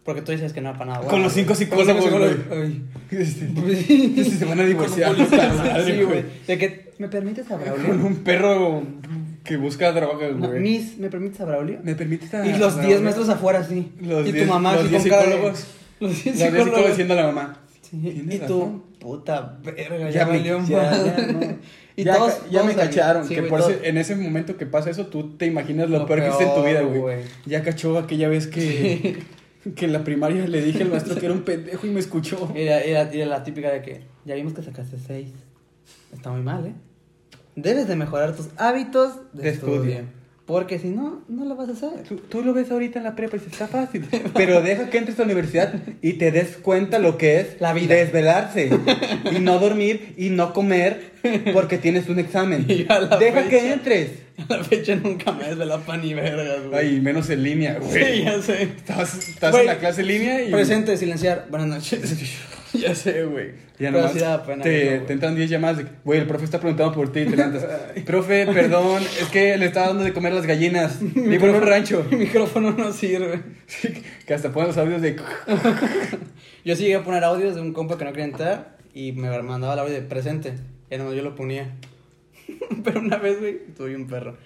Porque tú dices que no era para nada. Con los cinco psicólogos, güey. Este, se van a divorciar. Con un policía. Pues, Sí, güey. De que, ¿me permites a Braulio? Con un perro que busca droga, No, güey. Miss, ¿me permites a Braulio? ¿Me permites a- Y los a- 10 maestros afuera, sí. Los y tu diez- mamá los así diez con cara de- psicólogos. Los 10 Los diez psicólogos psicólogos. diciendo a la mamá. Sí. "Tienes Y razón". tú, puta verga, ya, Ya me- valió ya- madre. ya, no. Y ya, todos, ca- ya me todos ahí. cacharon. Sí, que güey, por todos- ese- en ese momento que pasa eso, tú te imaginas lo, Lo peor que hiciste en tu vida, peor, güey. güey. Ya cachó aquella vez que, que en la primaria le dije al maestro que era un pendejo y me escuchó. Y la, y la- y la típica de que ya vimos que sacaste 6. Está muy mal, ¿eh? Debes de mejorar tus hábitos de, De estudio. estudio. Porque si no, no lo vas a hacer. Tú, tú lo ves ahorita en la prepa y dices, está fácil. Pero deja que entres a la universidad y te des cuenta lo que es La vida. desvelarse y no dormir y no comer porque tienes un examen. Y a la fecha. entres. A la fecha nunca me desveló pan ni vergas, güey. Ay, menos en línea, güey. Sí, ya sé. Estás, estás Güey, en la clase en línea y. Presente, silenciar. Buenas noches. ya sé, güey. Ya Pero nomás sí da pena te, verlo, te güey. entran 10 llamadas de, que, güey, el profe está preguntando por ti y te levantas. profe, perdón, es que le estaba dando de comer a las gallinas. Vivo en un rancho. Mi micrófono no sirve. Sí, que hasta ponen los audios de... Yo sí llegué a poner audios de un compa que no quería entrar y me mandaba el audio de presente. Y nomás yo lo ponía. Pero una vez, güey, tuve un perro.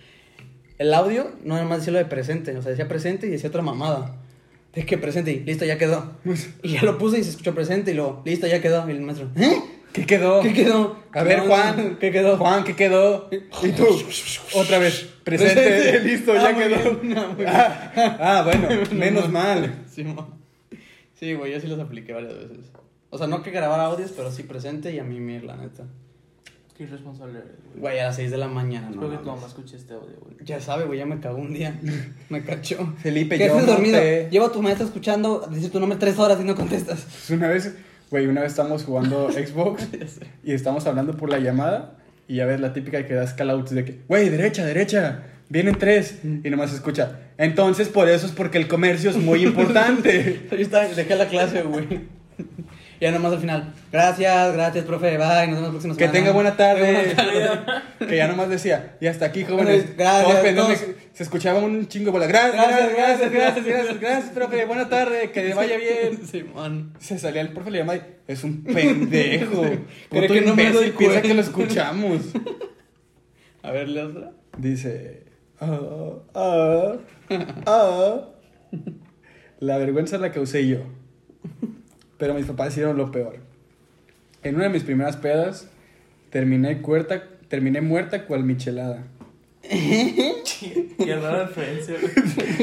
El audio no nomás decía lo de presente, o sea, decía presente y decía otra mamada. Es que presente y listo, ya quedó. Pues- Y ya lo puse y se escuchó presente y luego, listo, ya quedó. Y el maestro, ¿eh? ¿Qué quedó? ¿Qué quedó? Oh. A ver, No, Juan. ¿qué quedó? Juan, ¿qué quedó? Y tú, otra vez, presente, Presente. listo, Ah, ya muy quedó. bien, ah, muy bien. Ah, ah, bueno, menos mal. Sí, mo. Sí, güey, yo sí los apliqué varias veces. O sea, no que grabar audios, pero sí presente y a mí mir, la neta. Qué irresponsable eres, güey. Güey, a las 6 de la mañana, no. Espero que tu mames. mamá escuche este audio, güey. Ya sabe, güey, ya me cagó un día. Me cachó. Felipe, ¿Qué yo haces no dormido? te- Llevo a tu maestra escuchando, dice tu nombre tres horas y no contestas. Pues Una vez, güey, una vez estamos jugando Xbox y estamos hablando por la llamada y ya ves la típica que das call outs de que, güey, derecha, derecha, vienen tres Mm. y nomás se escucha. Entonces, por eso es porque el comercio es muy importante. Yo estaba, dejé la clase, güey. Ya nomás al final. Gracias, gracias, profe. Bye. Nos vemos la próxima Que semana. tenga buena tarde. Buena tarde. que ya nomás decía, y hasta aquí, jóvenes. Gracias, Todos pendientes, todos. Se escuchaba un chingo de bola. Gracias, Gracias, gracias, gracias, gracias, gracias, gracias, gracias, profe. Buena tarde, que le vaya bien. Simón. Se salía el profe, le llamaba y, es un pendejo. Cree Puto que no me doy imbécil, piensa cuenta. que lo escuchamos. A ver, la otra. Dice, "Ah, ah, ah". La vergüenza la causé yo. Pero mis papás hicieron lo peor. En una de mis primeras pedas, terminé, cuerta, terminé muerta cual michelada. Qué rara referencia, güey.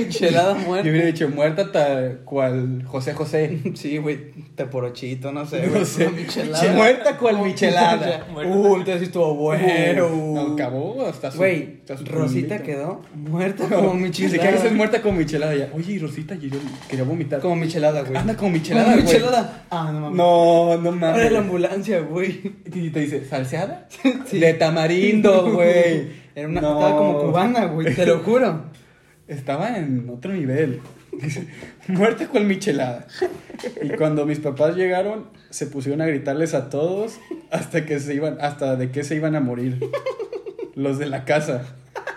Chelada Yo muerta. hubiera dicho muerta tal cual José José. Sí, güey, te porochito, no sé, güey. No sé. Una michelada. Muerta cual michelada. Muerta. Uh, entonces sí estuvo bueno. No, acabó hasta su- Güey, hasta su Rosita pulmito. quedó muerta No, como Ni siquiera dices michelada. muerta como michelada ya. Oye, y Rosita, yo yo quería vomitar. Como michelada, güey. Anda como michelada, Como güey. michelada. Ah, no mames. No, no Abre mames. la ambulancia, güey. Y te dice, ¿salseada? De tamarindo, güey. Era una No. estaba como cubana, güey, te lo juro. Estaba en otro nivel. Dice, Muerta cual michelada. Y cuando mis papás llegaron, se pusieron a gritarles a todos hasta que se iban, hasta de qué se iban a morir. Los de la casa.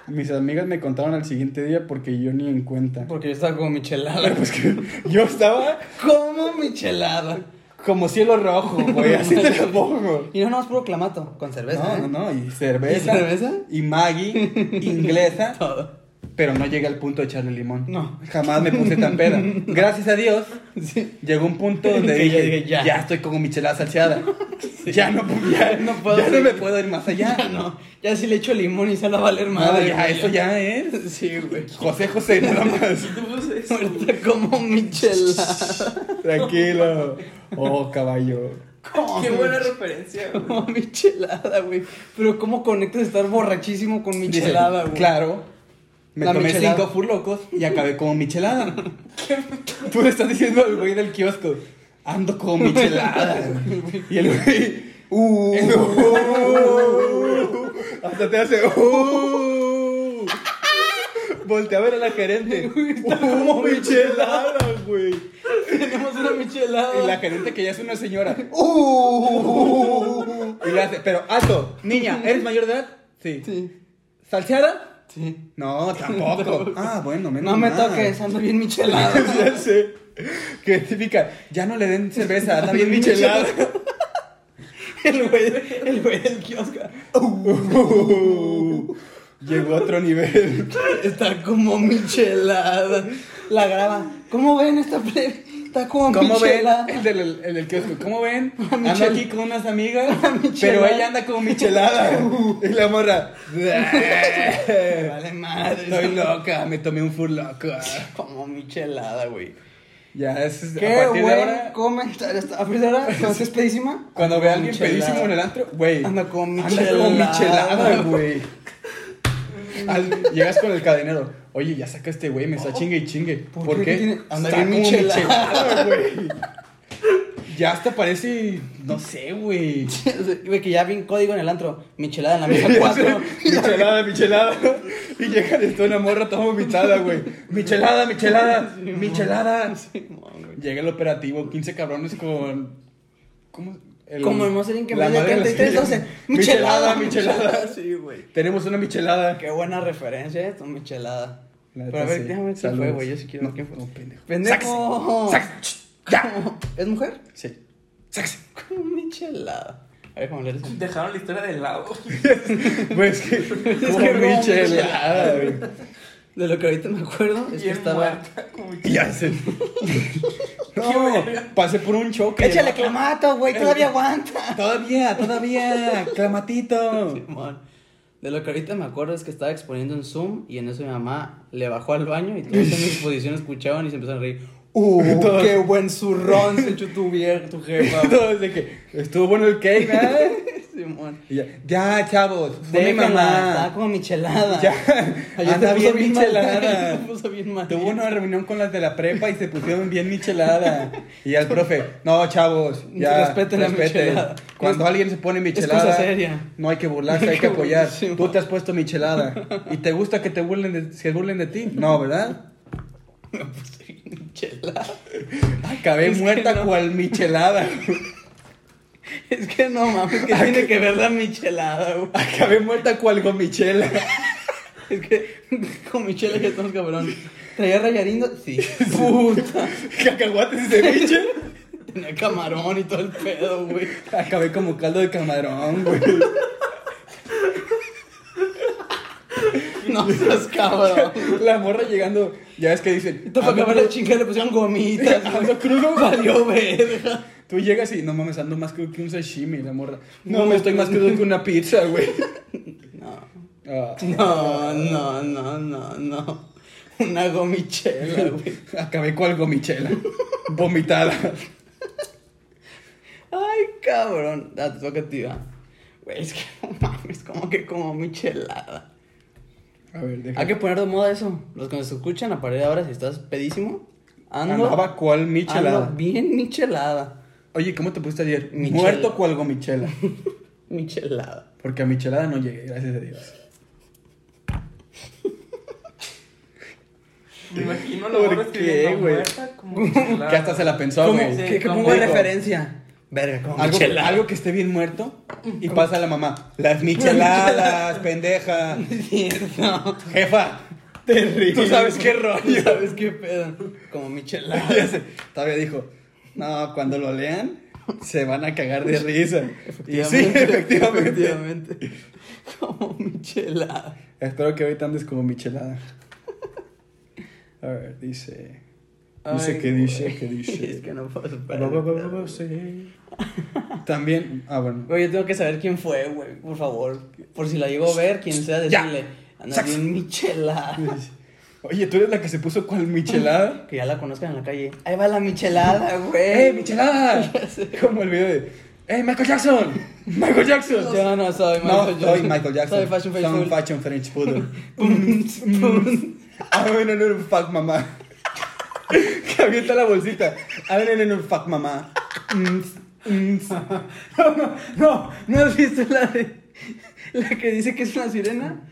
Mis amigas me contaron al siguiente día porque yo ni en cuenta. Porque yo estaba como Pero michelada. pues que yo estaba Como michelada. como cielo rojo, güey. Así te lo pongo. Y no, no, es puro clamato, con No, cerveza. ¿eh? no, no. Y ¿Y cerveza. cerveza? Y Maggie, inglesa. Todo. Pero no llegué al punto de echarle limón. No. Jamás me puse tan peda. Gracias a Dios, Sí. llegó un punto donde Que yo dije, dije, ya. ya. estoy como michelada salseada. Ya no, pu- ya, No no puedo. puedo Ya no me seguir. puedo ir más allá. Ya no. Ya si le echo limón y se la va a valer No, madre. ya, güey. eso ya es. Sí, güey. José José, nada más. ¿Qué te puse eso? Muerta como michelada. Tranquilo. Oh, caballo. Como Qué buena referencia, güey. Como michelada, güey. Pero ¿cómo conectas estar borrachísimo con Dice, michelada, güey? Claro. Me La tomé michelada. cinco furlocos y acabé como michelada. Tú le estás diciendo al güey del kiosco, ando como michelada. y el güey, uh, uh, hasta te hace, uh. Voltea a ver a la gerente. Como michelada, güey. Tenemos una michelada. Y la gerente que ya es una señora. Uh, y le hace, pero alto, niña, ¿eres mayor de edad? Sí. Sí, ¿Salseada? sí. No, tampoco. ah, bueno, menos No me mal. toques, ando bien michelada. ya sé. Que típica. Ya no le den cerveza, anda bien michelada. El güey, el güey del kiosco Uh, llegó a otro nivel. está como michelada. La graba. ¿Cómo ven esta plebe? Está como ¿Cómo ven? michelada. El del, el del kiosco. ¿Cómo ven? Una Ando michel- aquí con unas amigas, pero michelada. ella anda como michelada. Y la morra. Eh, Vale madre. Estoy loca, me tomé un furloco. Como michelada, güey. Ya, eso es. a Qué partir de buen ahora, comentario. A partir de ahora, cuando estés pedísima. cuando ve a alguien Michelada. pedísimo en el antro, güey. Anda con Anda como michelada, michelada, güey. Al- llegas con el cadenero. Oye, ya saca este güey, me está chingue y chingue. Oh. ¿Por ¿Por, qué? qué? ¿Qué tiene? Anda Está bien como michelada. michelada, güey. Ya hasta parece, no sé, güey. Güey, que ya vi un código en el antro. Michelada en la mesa 4. Michelada, michelada. Y llega de toda una morra toda vomitada, güey. Michelada, michelada, michelada. Llega el operativo, 15 cabrones con. ¿Cómo? El, Como el Monster que la me dio madre de las 33 12. series. Michelada, Michelada, michelada. Sí, güey. Tenemos una michelada. Qué buena referencia, esto, michelada. La Pero a neta, ver, sí. déjame ver quién fue, Saludos. güey. Yo sí quiero ver No, quién fue. no, pendejo. ¡Pendejo! ¡Sáquese! ¡Sáquese! ¡Ya! ¿Es mujer? Sí. ¡Sáquese! Como michelada. A ver, cómo leer eso. Dejaron la historia de lado. Pues que. Como que como michelada, güey. De lo que ahorita me acuerdo es que Bien estaba. muerta. como que- Y hacen. No, pasé por un choque. Échale clamato, güey, todavía aguanta. Todavía, todavía. Clamatito. Simón. De lo que ahorita me acuerdo es que estaba exponiendo en Zoom y en eso mi mamá le bajó al baño y todos en mi exposición escuchaban y se empezaron a reír. ¡Uh, Todos. qué buen zurrón se echó tu, vie- tu jefa! güey. Todos de que. Estuvo bueno el cake, ¿eh? Simón. Y ya, ya, chavos. Fue mi Déjala, Estaba mamá. como michelada. Ya. Ayer Anda se puso bien mal, michelada. se puso bien mal. Tuvo una reunión con las de la prepa y se pusieron bien michelada. Y ya el profe, no, chavos, ya Respeten la michelada. Cuando alguien se pone michelada, cosa seria. no hay que burlarse, No hay hay que que apoyar. burlarse, Tú te has puesto michelada. ¿Y te gusta que te burlen de, se burlen de ti? No, ¿verdad? Michelada. Acabé Es que muerta no. cual michelada. Es que no mames, que tiene que ver la michelada, güey. Acabé muerta cual gomichela. Es que con Michelle ya estamos cabrón. ¿Traía rayarindo? Sí. Puta. Cacahuates y ceviche. Tenía camarón y todo el pedo, güey. Acabé como caldo de camarón, güey. No seas cabrón. La morra llegando, ya es que dicen. Esto para ando acabar la chingada le pusieron gomitas. crudo, ando crudo. Valió verga. Tú llegas y no mames, ando más crudo que un sashimi, la morra. No, No, me estoy más crudo que una pizza, güey. No. Ah. No, no, no, no, no. Una gomichela, güey. Acabé cual gomichela. Vomitada. Ay, cabrón. Ah, te toca a ti, va. Güey, es que no mames, como que como michelada. A ver, deja. Hay que poner de moda eso. Los que nos escuchan a partir de ahora, si estás pedísimo, ando, Andaba cual michelada. ando bien michelada. Oye, ¿cómo te pusiste ayer? Michela. Muerto cual gomichela. Michelada. Porque a michelada no llegué, gracias a Dios. Me imagino la ¿Por qué, morra escribiendo güey? muerta como michelada. Que hasta se la pensó, ¿Cómo? güey. Sí, ¿Qué, qué como pongo de digo. referencia? Verga, como Algo, que- michelada. algo que esté bien muerto y pasa a la mamá. Las micheladas, pendeja. Cierto. Jefa, te ríes. Tú sabes qué ¿Tú rollo. sabes qué pedo? Como michelada. Ya sé, Todavía dijo, no, cuando lo lean, se van a cagar de risa. Y sí, efectivamente. efectivamente. Como michelada. Espero que ahorita andes como michelada. A ver, dice. No sé Ay, qué dice, güey. qué Es dice. que no puedo Ba, superar. ba, ba, ba, ba, sí. También, ah, bueno. Güey, yo tengo que saber quién fue, güey, por favor. Por si la llego a ver, quien sea, Ya. decirle. Anda Sax. bien michelada. Oye, tú eres la que se puso cual michelada. Que ya la conozcan en la calle. Ahí va la michelada, güey. ¡Eh, michelada! Como el video de ¡Eh, Michael Jackson! ¡Michael Jackson! Yo no soy Michael no, Jackson. soy Michael Jackson. Soy Fashion Mm, Some Faithful. fashion French poodle. Pum, pum. I don't know, no, fuck mamá. que avienta la bolsita. I don't know, no, fuck mamá. Mm, mm. No, no, no, ¿no has visto la de. La que dice que es una sirena?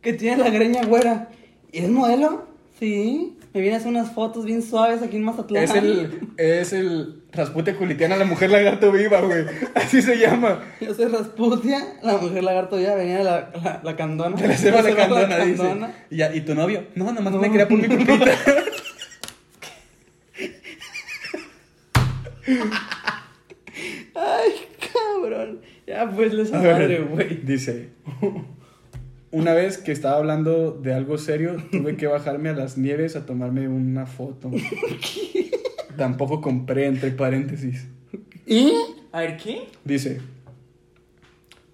Que tiene la greña güera. ¿Y es modelo? Sí. Me viene a hacer unas fotos bien suaves aquí en Mazatlán. Es el, es el Raspute Culitiana, la mujer lagarto viva, güey. Así se llama. Yo soy Rasputia, la mujer lagarto ya venía de la, la, la candona. Te la ceba la selva candona, dice. Y, ya, ¿Y tu novio? No, nomás me quería por mi pupita. Ay, cabrón. Ya pues les A ver, madre, güey. Dice. Una vez que estaba hablando de algo serio, tuve que bajarme a las nieves a tomarme una foto. Tampoco compré, entre paréntesis. ¿Y? A ver, ¿qué? Dice.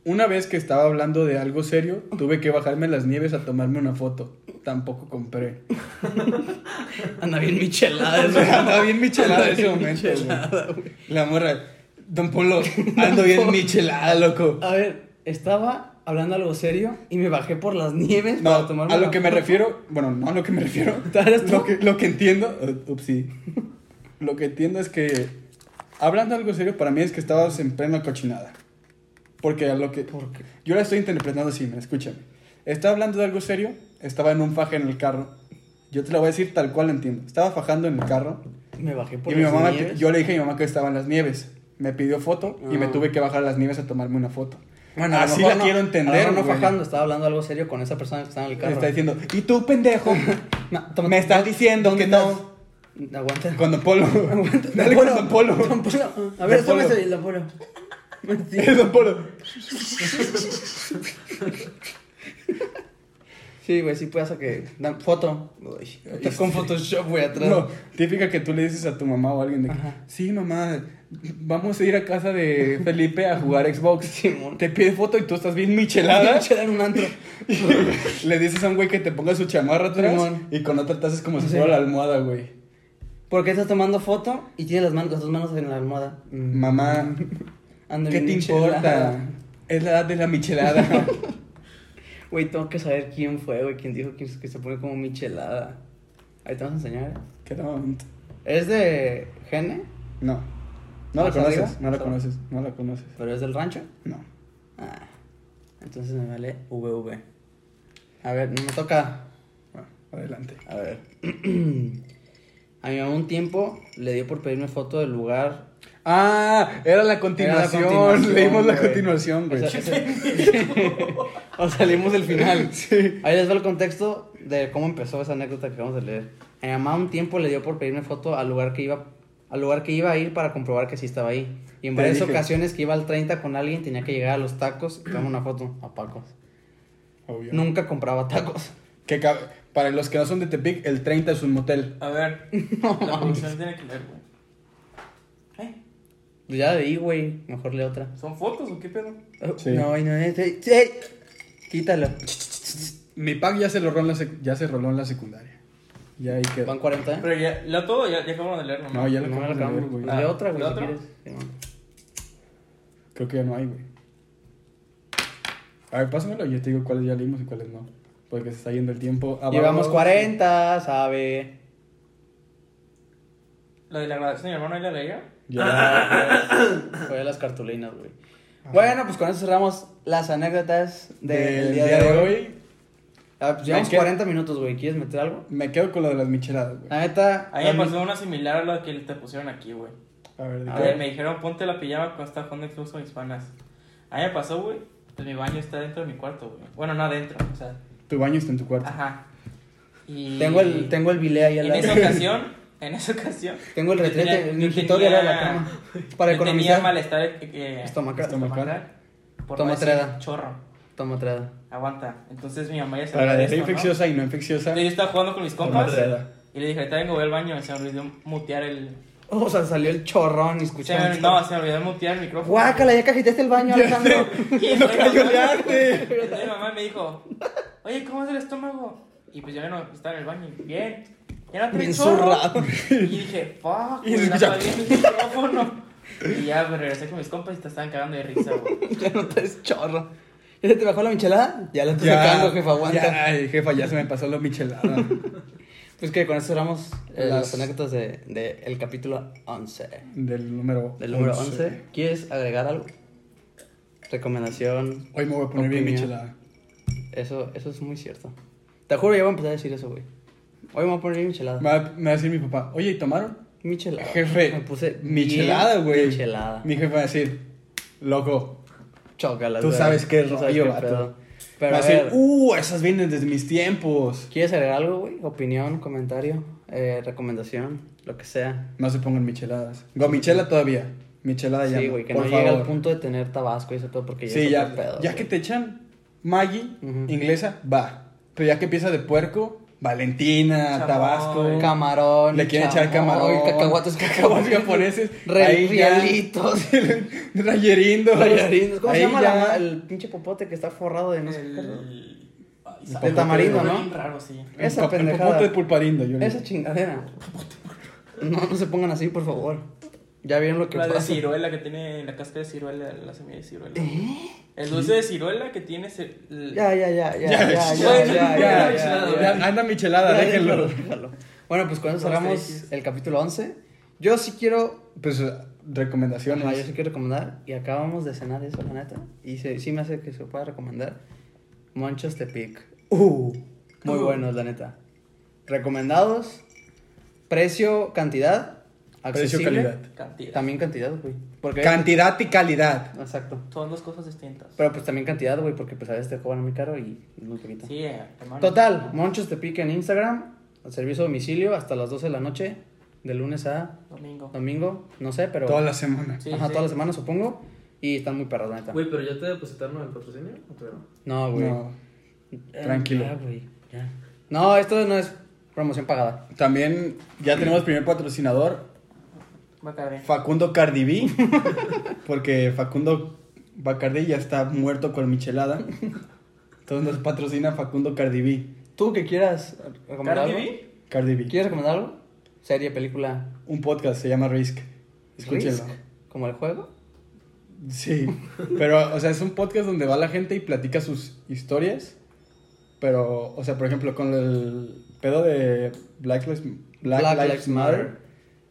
Una vez que estaba hablando de algo serio, tuve que bajarme a las nieves a tomarme una foto. Tampoco compré. Anda bien michelada eso. Andaba bien michelada en ese Bien momento. güey. michelada, güey. La morra. Don Polo, ando bien michelada, loco. A ver, estaba hablando algo serio y me bajé por las nieves No, para tomarme a lo una que me foto. refiero, bueno, no a lo que me refiero. ¿Eres tú? Lo que, lo que entiendo, uh, upsí. Lo que entiendo es que, hablando algo serio, para mí es que estabas en plena cochinada. Porque a lo que. ¿Por qué? Yo la estoy interpretando así, mira, escúchame. Estaba hablando de algo serio, estaba en un faje en el carro. Yo te la voy a decir tal cual la entiendo. Estaba fajando en el carro Me bajé por y mi las mamá, me- nieves. yo le dije a mi mamá que estaba en las nieves. Me pidió foto y me Ah. tuve que bajar a las nieves a tomarme una foto. a lo así mejor la no- quiero a lo entender. mejor no güey. fajando, estaba hablando algo serio con esa persona que estaba en el Me carro. está diciendo, ¿y tú, pendejo? No, toma- Me estás diciendo que ¿Dónde no. estás? Aguanta. Con Don Polo. Dale con Don Polo. Don Polo. A ver, Don Polo. súbese el Don Polo. Es Don Polo. Sí, güey, sí pasa que dan foto. Estás con Photoshop, güey, atrás. No, típica que tú le dices a tu mamá o a alguien de que, Ajá. sí, mamá, vamos a ir a casa de Felipe a jugar Xbox. Simón. Te pide foto y tú estás bien michelada. Michelada en un antro. le dices a un güey que te ponga su chamarra atrás Simón. y con otra te haces como si Sí. fuera la almohada, güey. ¿Por qué estás tomando foto y tienes las, manos, las dos manos en la almohada? Mm. Mamá, Ando ¿qué bien te michelada. importa? Es la edad de la michelada. Güey, tengo que saber quién fue, güey, quién dijo que, que se pone como michelada. Ahí te vamos a enseñar. Qué tonto. Es de Gene, No. No la ¿Más arriba? conoces, no la Sor- conoces, no la conoces. pero es del rancho. No. Ah, entonces me vale VV. A ver, me toca. Bueno, adelante. A ver. A mi mamá un tiempo le dio por pedirme foto del lugar Ah, era la continuación. continuación, Leímos la güey. continuación, güey. O sea, ese- o sea, leímos el final. Sí. Ahí les va el contexto de cómo empezó esa anécdota que acabamos de leer. A mi mamá un tiempo le dio por pedirme foto al lugar que iba al lugar que iba a ir para comprobar que sí estaba ahí. Y en Te varias dije. ocasiones que iba al 30 con alguien tenía que llegar a los tacos y tomar una foto a Pacos. Obvio. Nunca compraba tacos. Que cabe- para los que no son de Tepic, el 30 es un motel. A ver, la producción tiene que leer, güey. Ay, Pues ya leí, güey. Mejor lee otra. ¿Son fotos o qué pedo? Oh, Sí. No, no, no. Sí, sí. Quítalo. Mi pack ya se, lo roló en la sec- ya se roló en la secundaria. Y ahí quedó. Van 40, ¿eh? Pero ya, ¿la todo? Ya, ya acabamos de leer, No, ya lo No, la acabamos de acabamos. ver, güey. Lee otra, güey, ¿La si otra? quieres. Sí, no. Creo que ya no hay, güey. A ver, pásamelo y yo te digo cuáles ya leímos y cuáles no. Porque se está yendo el tiempo. Ah, Llevamos vámonos. 40, sabe. La de la grabación de mi hermano, ¿ahí la leía? Ah, Ya. Fue de las cartulinas, güey. Bueno, pues con eso cerramos las anécdotas Del del día, de hoy. Ah, pues llevamos Me quedo- 40 minutos, güey. ¿Quieres meter algo? Me quedo con lo de las micheladas, güey. La neta. A mí me pasó una similar a la que te pusieron aquí, güey. A ver, ¿de A qué? ver, me dijeron ponte la pijama con esta Honda Plus o hispanas. A mí me pasó, güey. Pues mi baño está dentro de mi cuarto, güey. Bueno, no adentro, o sea. Tu baño está en tu cuarto. Ajá. Y. Tengo el, tengo el bilé ahí al En lado. esa ocasión, en esa ocasión. Tengo el yo retrete, tenía- el yo escritorio tenía- al lado de la cama. Para yo economizar. Tenía malestar eh, Estomacal. estomacal. Por no Tomatreda. decir chorro. Toma trada. Aguanta. Entonces mi mamá ya se Para de ser infecciosa infecciosa. y no infecciosa. Yo estaba jugando con mis compas. Tomatreda. Y le dije, ahorita vengo, voy al baño. Y se me olvidó mutear el. Oh, o sea, salió el chorrón y se me- escucharon. no, se me olvidó mutear el micrófono. Guácala, ya cajeteaste el baño, Alejandro. Y ¡No mi cayó mamá- de arte! Entonces mi mamá me dijo, oye, ¿cómo es el estómago? Y pues ya no estaba en el baño, y bien. Era Bien tres chorros. zurrado. Y dije, fuck, Y güey, la escucha- apagué en el micrófono. Y ya pues, regresé con mis compas y te estaban cagando de risa, güey. ya no te es chorro. ¿Ya se te bajó la michelada? Ya la estoy Ya, sacando, jefa, aguanta. Ya, ay, jefa, ya se me pasó la michelada. Pues que con eso cerramos eh, las Las- anécdotas del de, el capítulo 11. Del número Del número 11. ¿Quieres agregar algo? Recomendación. Hoy me voy a poner bien Opinión. michelada. Eso, eso es muy cierto. Te juro, ya voy a empezar a decir eso, güey. Hoy me voy a poner Me michelada. va, me va a decir mi papá, oye, ¿y tomaron? michelada. Jefe, Me puse michelada, bien güey. Michelada. Mi jefe va a decir, loco. Chócala, Tú güey. sabes qué Tú sabes rollo, qué vato. pedo. va Pero a a decir, ver, uh, esas vienen desde mis tiempos. ¿quieres agregar algo, güey? Opinión, comentario, eh, recomendación, lo que sea. No se pongan micheladas. Gomichela todavía. Michelada ya. Sí, no, güey, que por no llegue al favor. punto de tener tabasco y eso todo porque ya Sí, es ya, otro pedo, ya güey. que te echan Maggie, Ujú. inglesa, va. Pero ya que empieza de puerco, Valentina, Chamoy. Tabasco. Camarón. Le quieren echar camarón. chamoy, Cacahuates, Cacahuates cacahuates. japoneses. Re- ahí ya- Realitos. Rayerindos. Tallarines. ¿Cómo se Ahí llama ya- la- el pinche popote que está forrado de no sé qué cosa? Ay, De sabe, tamarindo, pero ¿no? bien raro, sí. el Esa pap- el pendejada. popote de pulparindo. Yo le- Esa chingadera. No, no se pongan así, por favor. Ya vieron lo que La de pasa. ¿Eh? ciruela que tiene la cáscara de ciruela, la semilla de ciruela. El dulce de ciruela que tiene. ce- el- Ya, ya, ya, ya, Ya, ya, ya, ya, ya, ya, ya, ya, ya, ya. Ya, Anda michelada, Ya, déjenlo. déjalo, déjalo. Bueno, pues cuando Los cerramos tres. el capítulo 11, yo sí quiero... Pues eh, recomendaciones. Ajá, yo sí quiero recomendar, y acabamos de cenar eso, la neta, y se- sí me hace que se pueda recomendar Monchos Tepic. Uh, muy Uh. buenos, la neta. Recomendados, precio, cantidad, Precio, accesible. calidad. Cantidad. También cantidad, güey. Porque Cantidad y calidad. Exacto. Son dos cosas distintas. Pero pues también cantidad, güey, porque pues a veces te cobran muy caro y es muy poquito. Sí, eh, hermano. Total, Monchos Tepic en Instagram, al servicio a domicilio hasta las 12 de la noche, de lunes a Domingo. domingo, no sé, pero... Toda la semana. Sí, Ajá, sí. todas las semanas supongo. Y están muy perros, la neta. Güey, pero ya te depositaron el patrocinio, ¿o todavía no? No, güey. No. Eh, tranquilo. ya, güey, ya. No, esto no es promoción pagada. También ya tenemos primer patrocinador. Bacardi. Facundo Cardiví, porque Facundo Bacardi ya está muerto con michelada. Entonces nos patrocina Facundo Cardiví. ¿Tú que quieras recomendar ¿Cardi algo? B? Cardiví. ¿Quieres recomendar algo? Serie, película. Un podcast se llama Risk. Escúchenlo. Risk, ¿Como el juego? Sí. Pero o sea, es un podcast donde va la gente y platica sus historias. Pero o sea, por ejemplo, con el pedo de Black Lives, Black Black Lives Lives Matter, Matter.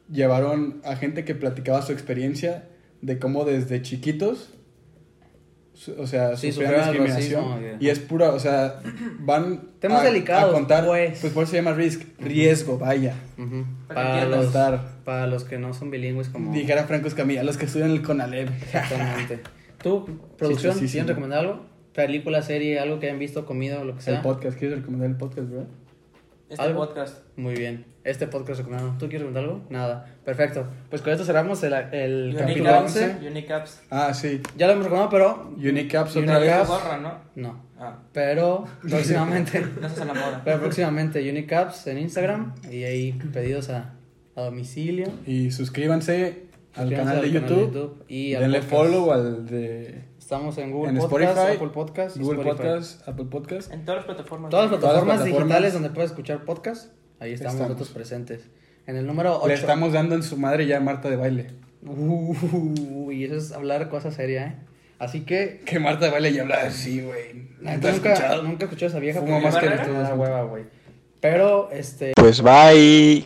llevaron a gente que platicaba su experiencia de cómo desde chiquitos su- o sea, Sí, sufrieron sufrieron discriminación. racismo, y es pura, o sea, van Temas a, delicados, a contar, pues. por eso se llama risk, riesgo, vaya. Ujú. Para Para, que los, entiendas. para los que no son bilingües como... Dijera Franco Escamilla, los que estudian el Conalep. Exactamente. ¿Tú, producción, sí, sí, quieren sí. recomendar algo? Película, serie, algo que hayan visto, comido, lo que El sea. podcast, ¿quieres recomendar el podcast, bro? Este ¿Algo? podcast. Muy bien. Este podcast recomendado. ¿Tú quieres recomendar algo? Nada. Perfecto. Pues con esto cerramos el, el Unique capítulo Apps. 11. Unique Apps. Ah, sí. Ya lo hemos recomendado, pero... Unique Apps Unique otra vez. Apps. Borra, ¿no? No. Ah, Pero próximamente... no se la moda. pero próximamente Unicaps en Instagram. Y ahí pedidos a, a domicilio. Y suscríbanse al Suscríbanse canal de YouTube. y al Denle podcast. follow al de Estamos en Google en Podcast, Spotify, Apple Podcast, y Google Spotify. Podcast, Apple Podcast. En todas las plataformas. Todas las Todas las plataformas plataformas. digitales donde puedes escuchar podcast, ahí estamos, Estamos. nosotros presentes. En el número 8. Le estamos dando en su madre ya a Marta de baile. y eso es hablar cosas serias, ¿eh? Así que Que Marta de baile ya habla así, güey. ¿Neta has nunca, escuchado? nunca escuché a esa vieja Fuma porque más que me da tú, hueva, güey. Pero este Pues bye.